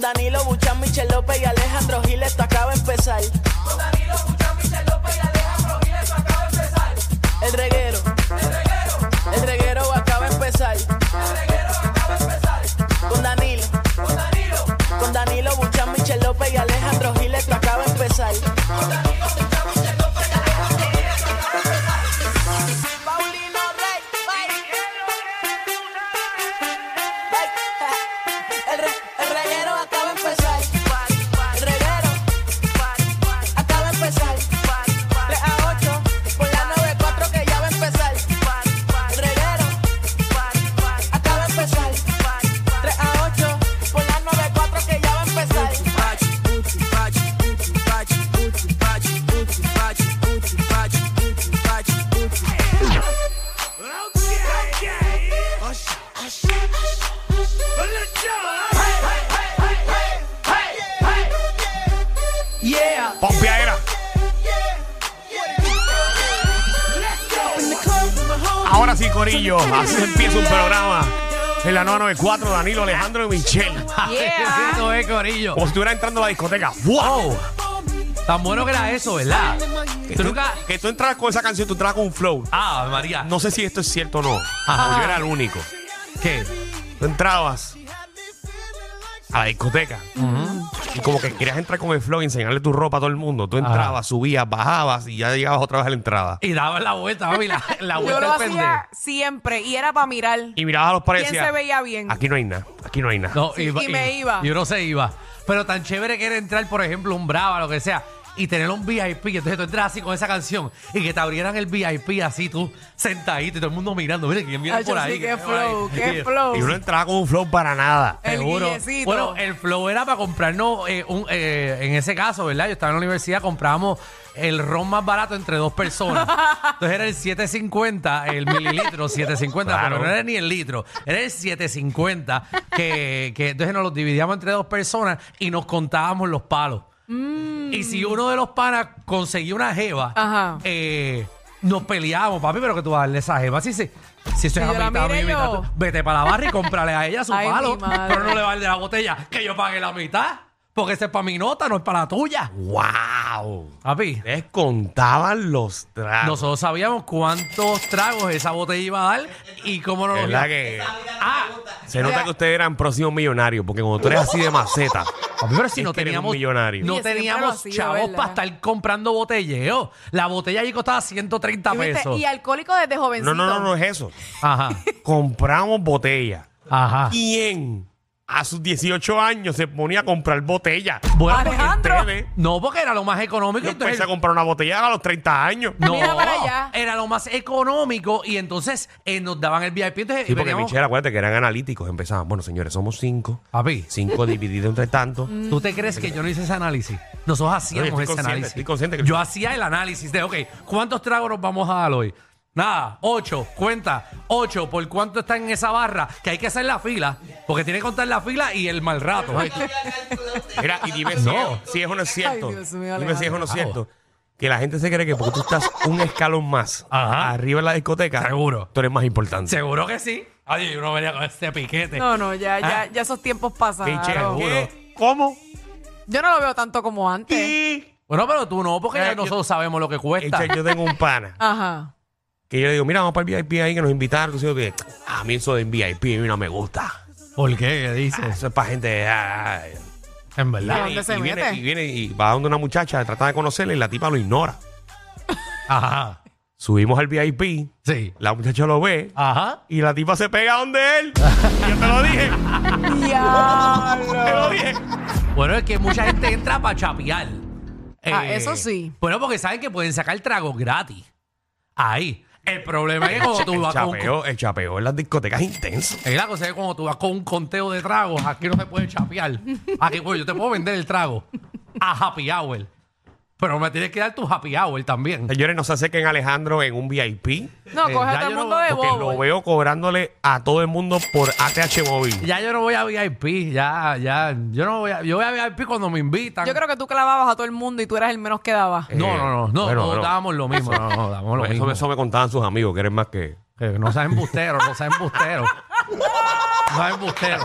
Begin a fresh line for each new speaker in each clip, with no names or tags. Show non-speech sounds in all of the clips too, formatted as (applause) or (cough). Danilo Buchan, Michel López y Alejandro Gil, esto acaba de empezar.
Con Danilo Buchan, Michel López y Alejandro Gil, esto acaba de empezar.
El reguero,
El reguero,
el reguero acaba de empezar.
el reguero acaba de empezar.
Con Danilo,
Con Danilo,
con Danilo Buchan, Michel López y Alejandro Gil, esto acaba de empezar.
Paulino Rey,
El, re- el reguero acaba de empezar. El reguero acaba de empezar. 3 a 8 por la 94 que ya va a empezar. El reguero acaba de empezar. 3 a 8 por la 94 que ya va a empezar.
Yeah.
Pompeadera.
In the club with my homies.
Ahora sí, Corillo. Así empieza un programa. En la 994, Danilo, Alejandro y Michelle.
Yeah. Eso es, Corillo.
Como si estuviera entrando a la discoteca. ¡Wow!
Tan bueno que era eso, ¿verdad? Tú nunca.
Que tú entras con esa canción, tú entras con un flow.
Ah, María.
No sé si esto es cierto o no. porque Yo era el único.
¿Qué?
Tú entrabas a la discoteca. Y como que querías entrar con el flow y enseñarle tu ropa a todo el mundo. Tú entrabas, subías, bajabas y ya llegabas otra vez a la entrada.
Y dabas la vuelta, mami. La, la
Yo lo
vuelta al pendejo.
hacía siempre y era para mirar.
Y mirabas a los pares y
¿Quién
decías,
se veía bien?
Aquí no hay nada. Aquí no hay nada.
No,
Sí, y me iba.
Y uno se iba. Pero tan chévere que era entrar, por ejemplo, un Brava, lo que sea, y tener un VIP. Entonces tú entras así con esa canción y que te abrieran el VIP así tú, sentadito y todo el mundo mirando. Mire, ¿quién viene
Ay, yo
por ahí?
sí, qué
¿Quién viene por
flow,
ahí?
qué
Y uno
flow.
entraba con un flow para nada.
El
Seguro.
guillecito.
Bueno, el flow era para comprarnos, eh, un, eh, en ese caso, ¿verdad? Yo estaba en la universidad, comprábamos el ron más barato entre dos
(laughs)
personas. Entonces era el 750, el mililitro, 750,
Claro.
pero no era ni el litro, era el 750, que, que entonces nos los dividíamos entre dos personas y nos contábamos los palos. Y si uno de los panas conseguía una jeva,
Mm. Ajá.
eh, nos peleábamos, papi, pero que tú vas a darle esa jeva. Sí, sí. Si eso
Si
es
yo la
amistad,
miré
mi
yo.
mitad, vete para la barra
(laughs)
y cómprale a ella su
Ay, mi
palo.
madre.
Pero no le va a dar de la botella, que yo pague la mitad. Porque esa es para mi nota, no es para la tuya.
¡Wow!
Papi,
Les contaban los tragos.
nosotros sabíamos cuántos tragos esa botella iba a dar y cómo no lo
¿Verdad
iba-
que
Ah,
se nota que ustedes eran próximos millonarios? Porque cuando tú eres así de maceta,
papi, pero si
Es
no
que eres
teníamos,
un millonario.
no
Oye, siempre lo ha
teníamos
sido,
chavos
¿verdad?
para estar comprando botelleo. La botella allí costaba 130
Y viste,
pesos.
Y alcohólico desde jovencito.
no, no, no, no es eso.
Ajá,
Compramos botella.
(laughs)
ajá.
¿Quién a sus 18 años se ponía a comprar botella?
Bueno, porque
Alejandro.
ustedes-
No, porque era lo más económico.
Yo
entonces-
empecé a comprar una botella a los 30 años.
no,
Mira para allá.
era lo más económico y entonces eh, nos daban el VIP. Entonces,
Sí, porque
veníamos-
Michelle, acuérdate que eran analíticos. Empezaban, bueno, señores, somos cinco.
Papi,
Cinco dividido entre tanto.
¿tú te crees que yo no hice ese análisis? Nosotros hacíamos
estoy
ese
consciente,
análisis.
estoy consciente que-
Yo hacía el análisis de, ok, ¿cuántos tragos nos vamos a dar hoy? Nada, ocho, cuenta, ocho, ¿por cuánto está en esa barra? Que hay que hacer la fila, porque tiene que contar la fila y el mal rato. ¿eh?
(laughs) Mira, y dime si,
No.
es, si es o no es cierto.
Ay, Dios mío,
dime si es o
Alejandro.
no es cierto. Que la gente se cree que porque tú estás un escalón más
Ajá.
arriba en la discoteca,
Seguro.
tú eres más importante.
Seguro que sí. Ay, uno venía con este piquete.
No, no, ya, ya,
Ah.
ya esos tiempos
Michelle,
pasaron.
¿qué? ¿Cómo?
Yo no lo veo tanto como antes.
Bueno, pero tú no, porque
Eh,
ya
yo-
nosotros sabemos lo que cuesta.
Michelle, yo tengo un pana
Ajá.
que yo le digo, mira, vamos para el VIP ahí que nos invitaron. Entonces yo dije, a mí eso de VIP a mí no me gusta.
¿Por qué? ¿Qué
Ah,
dices?
Eso es para gente... ah, ah, ah".
En
Y
verdad.
¿A dónde
viene-
se
y viene,
mete?
y viene y va donde una muchacha, trata de conocerla y la tipa lo ignora.
Ajá.
Subimos al VIP,
Sí.
la muchacha lo ve
Ajá.
y la tipa se pega donde él. yo te lo dije, te
Diablo.
lo dije.
Bueno, es que mucha
(laughs)
gente entra para chapear. Eh,
Ah, eso sí.
Bueno, porque saben que pueden sacar tragos gratis. Ahí. El problema es que cuando tú
El
vas con...
chapeo, el chapeo en las discotecas es intenso.
Es la cosa es que cuando tú vas con un conteo de tragos, aquí no se puede chapear. Aquí, pues, yo te puedo vender el trago a happy hour. Pero me tienes que dar tu happy hour también.
Señores, no se acerquen a Alejandro en un VIP.
No,
Eh,
coge
ya yo
a todo el
no-
mundo de
Porque lo
bobo.
veo cobrándole a todo el mundo por ATH móvil.
Ya yo no voy a VIP, ya, ya. Yo no voy a, yo voy a VIP cuando me invitan.
Yo creo que tú clavabas a todo el mundo y tú eras el menos que daba.
Eh,
No, no, no, no,
bueno,
no
bueno.
dábamos lo mismo, Pues no, no, dábamos lo
Eso,
mismo.
me- eso me contaban sus amigos, que eres más que.
Que no seas embustero, no seas embustero. No seas embustero.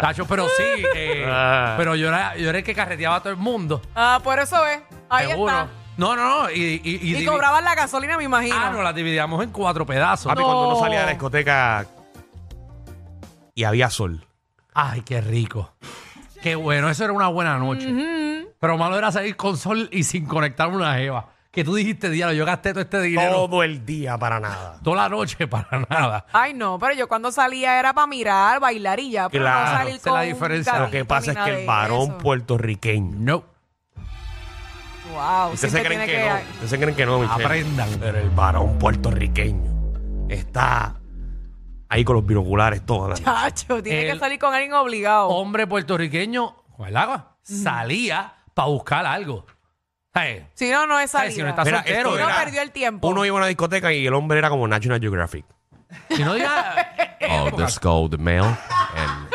Tacho, pero sí. eh,
Ah.
pero yo era, yo era el que carreteaba a todo el mundo.
Ah, por eso es. Ahí
seguro.
está.
No, no, no. Y, y,
Y,
divi-
cobraban la gasolina, me imagino.
Ah, no, la dividíamos en cuatro pedazos.
Papi, cuando uno
No.
salía de la discoteca y había sol.
Ay, qué rico. Qué bueno, eso era una buena noche. Pero malo era salir con sol y sin conectar una jeva. Que tú dijiste, diablo, yo gasté todo este dinero
Todo el día para nada.
toda la noche para nada.
Ay, no, pero yo cuando salía era para mirar, bailar y ya. Pero
Claro,
no salir
esa es la
con
diferencia.
un
Lo
Lo que
gatito
pasa
ni
es
nada
que
de
el varón
eso.
puertorriqueño.
No.
Wow,
Ustedes se
siempre
creen que,
tiene
no. Ustedes se creen que
Ah,
no, Michelle.
Aprendan.
Pero el varón puertorriqueño está ahí con los binoculares toda la noche.
Chacho, tiene
El-
que salir con alguien obligado.
Oh.
Hombre puertorriqueño, con el agua, salía para buscar algo. Ay,
Si no, no es
Ay,
salida.
si no está
Mira,
soltero,
esto
Uno
era-
perdió el tiempo.
Uno iba a una discoteca y el hombre era como National Geographic.
si no (laughs) diga-
Oh, this go the male, and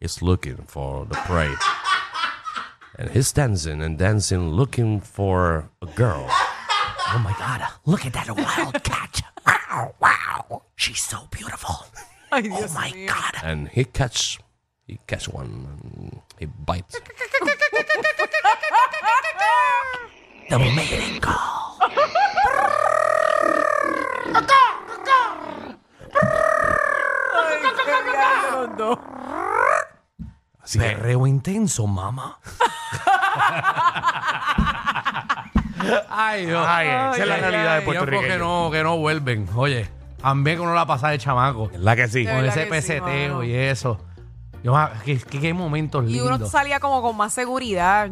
is looking for the prey. And he's dancing and dancing, looking for a girl.
Oh my God, look at that wild cat. Wow, wow. She's so beautiful.
Ay, Dios
Oh
My
mío.
God.
And he catch, he catch one, and he bites.
The mating call.
Ay, qué diablo los dos.
Perreo intenso, mamá. Ay, Dios.
Ay, esa es la realidad de
Tiempo que
puertorriqueño.
no, que no vuelven. Oye, también que uno la pasa de chamaco.
La que sí.
De
Con
verdad
ese
que sí,
peseteo
mano.
y eso. Yo, ah, ma- que, que- que momentos
Y uno
lindos.
salía como con más seguridad.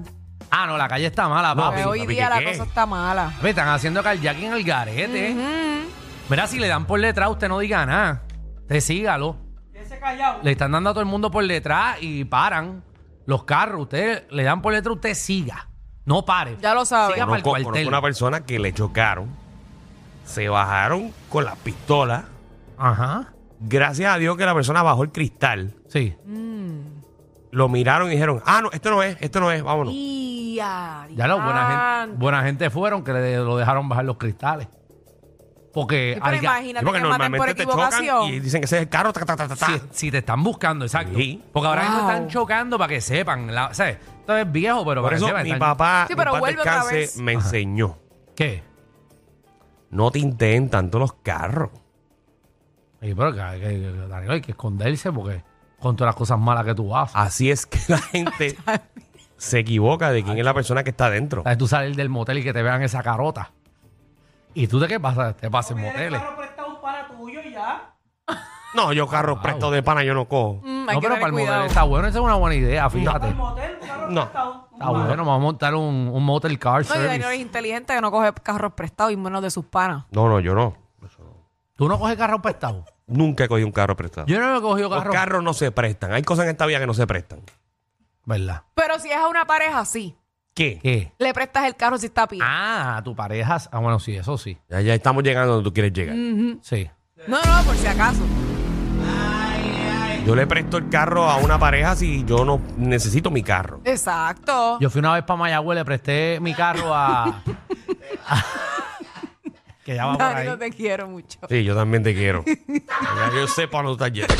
Ah, no, la calle está mala, papi.
Porque hoy
papi,
día
¿qué
la
qué?
cosa está mala.
Papi, Están haciendo carjacking al garete. Mira, si le dan por detrás, usted no diga nada. Te sígalo. Le están dando a todo el mundo por detrás y paran los carros. Usted le dan por detrás, usted siga. No pare.
Ya lo sabe.
Siga para el
Conozco,
cuartel.
conozco una persona que le chocaron, se bajaron con las pistolas.
Ajá.
Gracias a Dios que la persona bajó el cristal.
Sí.
Lo miraron y dijeron, ah, no, este no es, este no es, vámonos.
Y ya,
Ya lo, buena,
ah,
gente, buena gente fueron que le, lo dejaron bajar los cristales. Porque
sí,
al
pero
ga-
imagínate
porque
que maten por
normalmente te chocan
equivocación.
y dicen que ese es el carro. ta, ta, ta, ta, ta.
si, si te están buscando, exacto.
Sí.
Porque ahora mismo
Wow.
están chocando para que sepan. la- ¿sabes? Esto es viejo, pero
Por
para
eso
que sepan.
mi
están-
papá,
Sí,
mi
pero
papá
vuelve otra
descanse,
vez.
me enseñó.
¿Qué?
No te intenten tanto los carros.
Oye, pero que, que- que- Danilo, hay que esconderse porque con todas las cosas malas que tú haces.
Así es que la
(laughs)
gente se equivoca de quién es la persona que está dentro.
¿Sabes? Tú salir del motel y que te vean esa carota. ¿Y tú de qué pasa? Te pasas en moteles.
No, yo carros presto de pana, yo no cojo.
Mm, hay
No,
que
pero
tener
para el motel
cuidado.
está bueno, esa es una buena idea, fíjate.
No.
Está bueno, vamos a montar un, un motel car
No, y Daniel es
service.
inteligente que no coge carros prestados y menos de sus panas.
No, no, yo no.
¿Tú no coges carro prestado?
Nunca he cogido un carro prestado.
Yo no he cogido
Los
carro.
carros no se prestan. Hay cosas en esta vida que no se prestan.
¿Verdad?
Pero si es a una pareja, sí.
¿Qué?
¿Qué?
Le prestas el carro si está pie.
Ah, tu pareja. Ah, bueno, sí, eso sí.
Ya, ya estamos llegando donde tú quieres llegar.
Mm. Sí.
No, no, por si acaso.
Yo le presto el carro a una pareja si yo no necesito mi carro.
Exacto.
Yo fui una vez para Mayagüez, le presté mi carro a. (laughs) que ya va por ahí.
Danilo, te quiero mucho.
Sí, yo también te quiero. Ya yo sepa los talleres.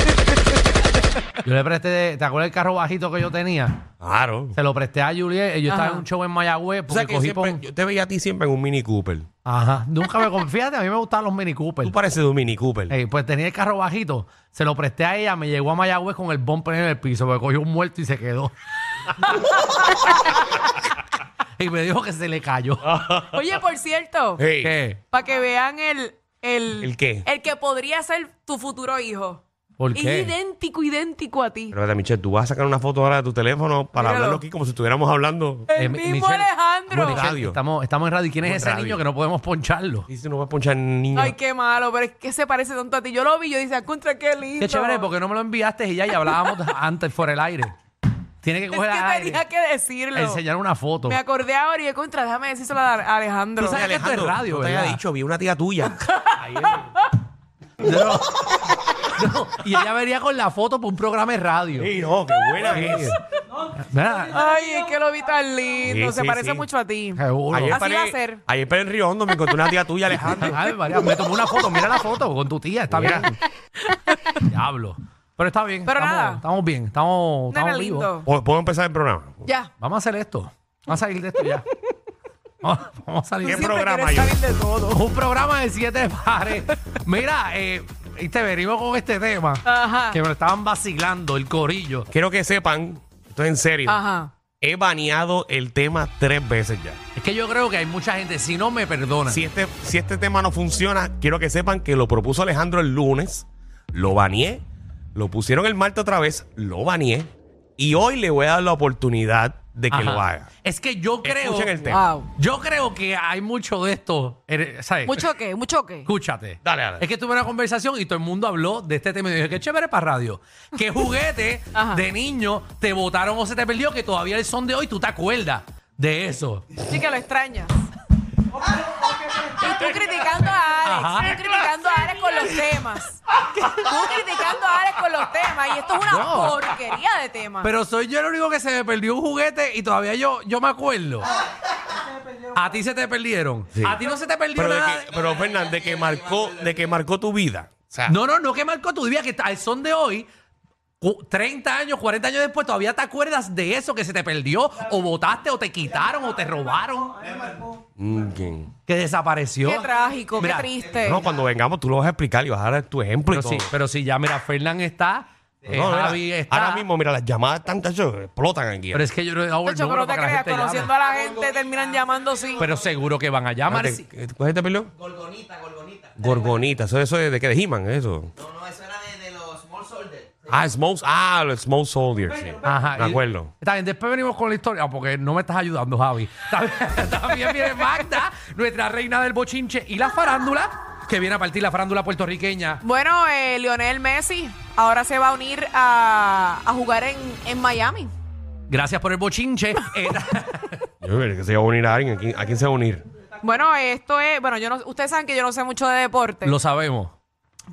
Yo le presté, ¿te acuerdas el carro bajito que yo tenía?
Claro.
Se lo presté a Juliet. eh, Yo estaba
Ajá.
en un show en Mayagüez
O
porque
sea que yo
cogí
siempre-
pon-
yo te veía a ti siempre en un Mini Cooper.
Ajá. Nunca me confiaste, a mí me gustaban los Mini Cooper.
Tú pareces de un Mini Cooper.
Ey, pues tenía el carro bajito, se lo presté a ella, me llegó a Mayagüez con el bumper en el piso, me cogió un muerto y se quedó. (laughs) y me dijo que se le cayó.
Ah,
Oye, por
(laughs)
cierto,
Eh.
Hey.
¿Qué?
para que vean el, el.
¿El qué?
El que podría ser tu futuro hijo.
¿Por
Es
qué?
idéntico, idéntico a ti.
Pero espérate, Michelle, tú vas a sacar una foto ahora de tu teléfono para
Míralo.
hablarlo aquí como si estuviéramos hablando.
El
Eh, Mi-
mismo
Michelle,
Alejandro.
Bueno, Radio.
Estamos, estamos en radio. ¿Y ¿Quién es
En
ese
radio.
niño que no podemos poncharlo?
Y si no vas a ponchar niño.
Ay, qué malo, pero es que se parece tanto a ti. Yo lo vi, yo dije, contra qué lindo.
Qué chévere, porque no me lo enviaste y ya, y hablábamos (laughs) antes fuera el aire. Tiene que
Es
coger
que
al aire,
tenía que decirlo.
enseñar una foto.
Me acordé ahora y de contra, déjame decírselo a Alejandro.
Tú sabes que esto es radio,
no te había
¿verdad?
dicho, vi una
(laughs)
tía tuya. Ahí
No, no, y ella venía con la foto por un programa de radio.
en- Sí, no, qué buena que es.
Mira,
Ay, es que lo vi tan lindo.
Sí,
se
sí,
parece
sí.
mucho a ti.
seguro.
Ayer
Así
paré-
va a ser.
Ayer paré en Río Hondo me encontré una tía
(laughs)
tuya, Alejandro.
Ay, María, me tomó una foto, mira la foto con tu tía, está bien. Diablo. Pero está bien.
Pero
estamos,
nada.
estamos bien. Estamos,
Nene
estamos vivos.
lindo.
¿Puedo puedo empezar el programa?
Ya.
Vamos a hacer esto. Vamos a salir de esto ya. vamos, vamos a salir
¿Qué
de
Siempre
esto.
programa
quieres
yo?
salir de todo.
Un programa de siete pares. Mira, eh, y te venimos con este tema.
Ajá.
Que me lo estaban vacilando el corillo.
Quiero que sepan, esto es en serio.
Ajá.
He baneado el tema tres veces ya.
Es que yo creo que hay mucha gente, si no me perdona.
Si este, si este tema no funciona, quiero que sepan que lo propuso Alejandro el lunes, lo baneé, lo pusieron el martes otra vez, lo baneé, y hoy le voy a dar la oportunidad de que
Ajá.
lo haga.
Es que yo creo.
Escuchen el tema.
Wow.
Yo creo que hay mucho de esto. eh, ¿Sabes?
Mucho que, mucho que.
Escúchate.
Dale, dale.
Es que tuve una conversación y todo el mundo habló de este tema. Y yo dije, qué chévere para radio.
(laughs)
Qué juguete
Ajá.
de niño te botaron o se te perdió que todavía el son de hoy tú te acuerdas de eso.
Sí que lo extrañas. Y tú criticando a
Ajá.
Alex, tú criticando a Alex con los temas. Tú criticando a Alex con los temas. Y esto es una
No.
porquería de temas.
Pero soy yo el único que se me perdió un juguete y todavía yo, yo me
(laughs)
acuerdo. A ti se te perdieron.
Sí.
A ti no se te perdió
Pero, de
nada.
que, pero Fernan, de que marcó, de que marcó tu vida. O sea,
No, no, no, que marcó tu vida, que al son de hoy, cu- 30 años, 40 años después, todavía te acuerdas de eso que se te perdió, o votaste, o te quitaron, o te robaron,
mm, ¿quién?
que desapareció.
Qué trágico,
Mira,
qué triste.
No, cuando vengamos tú lo vas a explicar y vas a dar tu ejemplo y
Pero sí,
todo.
pero sí, ya, mira, Fernán está, eh,
No, mira,
Javi está.
Ahora mismo, mira, las llamadas tantas explotan aquí.
Pero es que yo no he dado el
Chacho,
número
pero no te
para que la
creas,
gente llame.
conociendo a la gente terminan llamando sí.
Pero seguro que van a llamar.
Espérate,
sí.
¿Cuál es este pelón? Gorgonita, gorgonita. Gorgonita, eso, eso es de que de He-Man, eso.
No, no, eso era de, de los Small Soldiers.
Ah, Smoke, ah, los Smoke Soldiers, sí.
Ajá.
De
y-
acuerdo.
Está bien, después venimos con la historia, porque no me estás ayudando, Javi. También, (laughs) también viene Magda, nuestra reina del bochinche y la farándula, que viene a partir la farándula puertorriqueña.
Bueno, eh, Lionel Messi ahora se va a unir a, a jugar en, en Miami.
Gracias por el
(laughs)
bochinche. Eh,
Yo creo que se va a unir a alguien. ¿A quién, a quién se va a unir?
Bueno, esto es, bueno, yo no, ustedes saben que yo no sé mucho de deporte,
lo sabemos.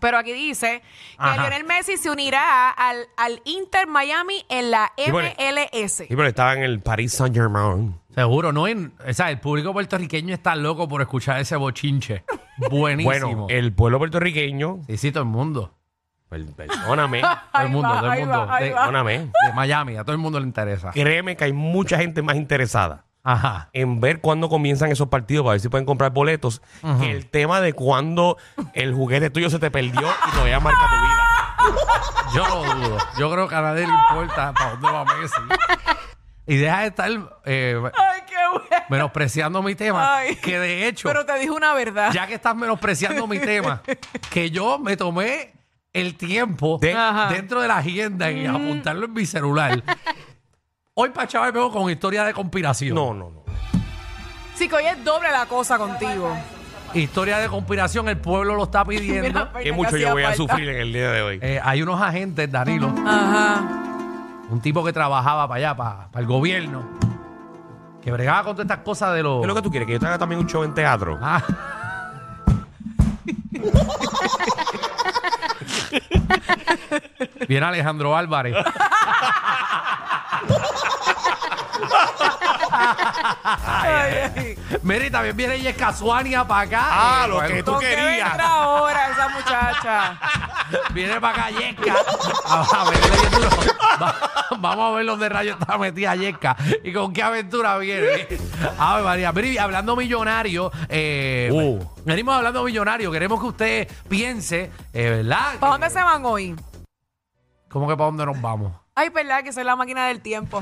pero aquí dice que
Ajá.
Lionel Messi se unirá al, al Inter Miami en la
bueno.
MLS.
Sí, pero estaba en el Paris Saint Germain.
Seguro, ¿no? En- o sea, el público puertorriqueño está loco por escuchar ese bochinche. Buenísimo.
Bueno,
eh,
el pueblo puertorriqueño.
Sí, sí, todo el mundo.
per-
(laughs)
Perdóname,
Todo
Ahí
el mundo,
va,
todo el
ahí
mundo.
va, ahí
de,
va.
perdóname.
de Miami, a todo el mundo le interesa.
Créeme que hay mucha gente más interesada
Ajá.
en ver cuándo comienzan esos partidos para ver si pueden comprar boletos. que el tema de cuándo el juguete tuyo se te perdió y todavía marca tu vida.
Yo lo dudo. Yo creo que a nadie le importa para dónde va Messi. Y deja de estar eh,
Ay, qué bueno.
menospreciando mi tema.
Ay.
Que de hecho,
Pero te dije una verdad.
ya que estás menospreciando mi tema, que yo me tomé el tiempo
De-
Ajá. Mm.
dentro de la agenda y apuntarlo en mi
(laughs)
celular. Hoy para Chávez vengo con historia de conspiración.
No, no, no.
Sí, que hoy es doble la cosa contigo.
Historia de conspiración, el pueblo lo está pidiendo.
(laughs) Mira,
Qué
que
mucho yo
hacía
voy a
falta.
sufrir en el día de hoy.
Eh, hay unos agentes, Danilo,
Ajá.
un tipo que trabajaba para allá, para, el gobierno, que bregaba con todas estas cosas de los...
¿Qué es lo que tú quieres? Que yo te haga también un show en teatro. (laughs)
Ah. Viene Alejandro Álvarez.
Ay, ay.
Mira, y también viene Yesca Suania para acá.
Ah,
Eh,
lo que tú
¿Con qué
querías.
vendrá ahora esa muchacha?
Viene para acá Yesca. A ver, leyendo los- va- vamos a ver dónde rayo está metida Yesca. ¿Y con qué aventura viene? A ver, María. Mira, y hablando millonario, eh,
Uh.
venimos hablando millonario. Queremos que usted piense, eh, ¿verdad?
¿Para dónde se van hoy?
¿Cómo que para dónde nos vamos?
Ay, verdad que soy la máquina del tiempo.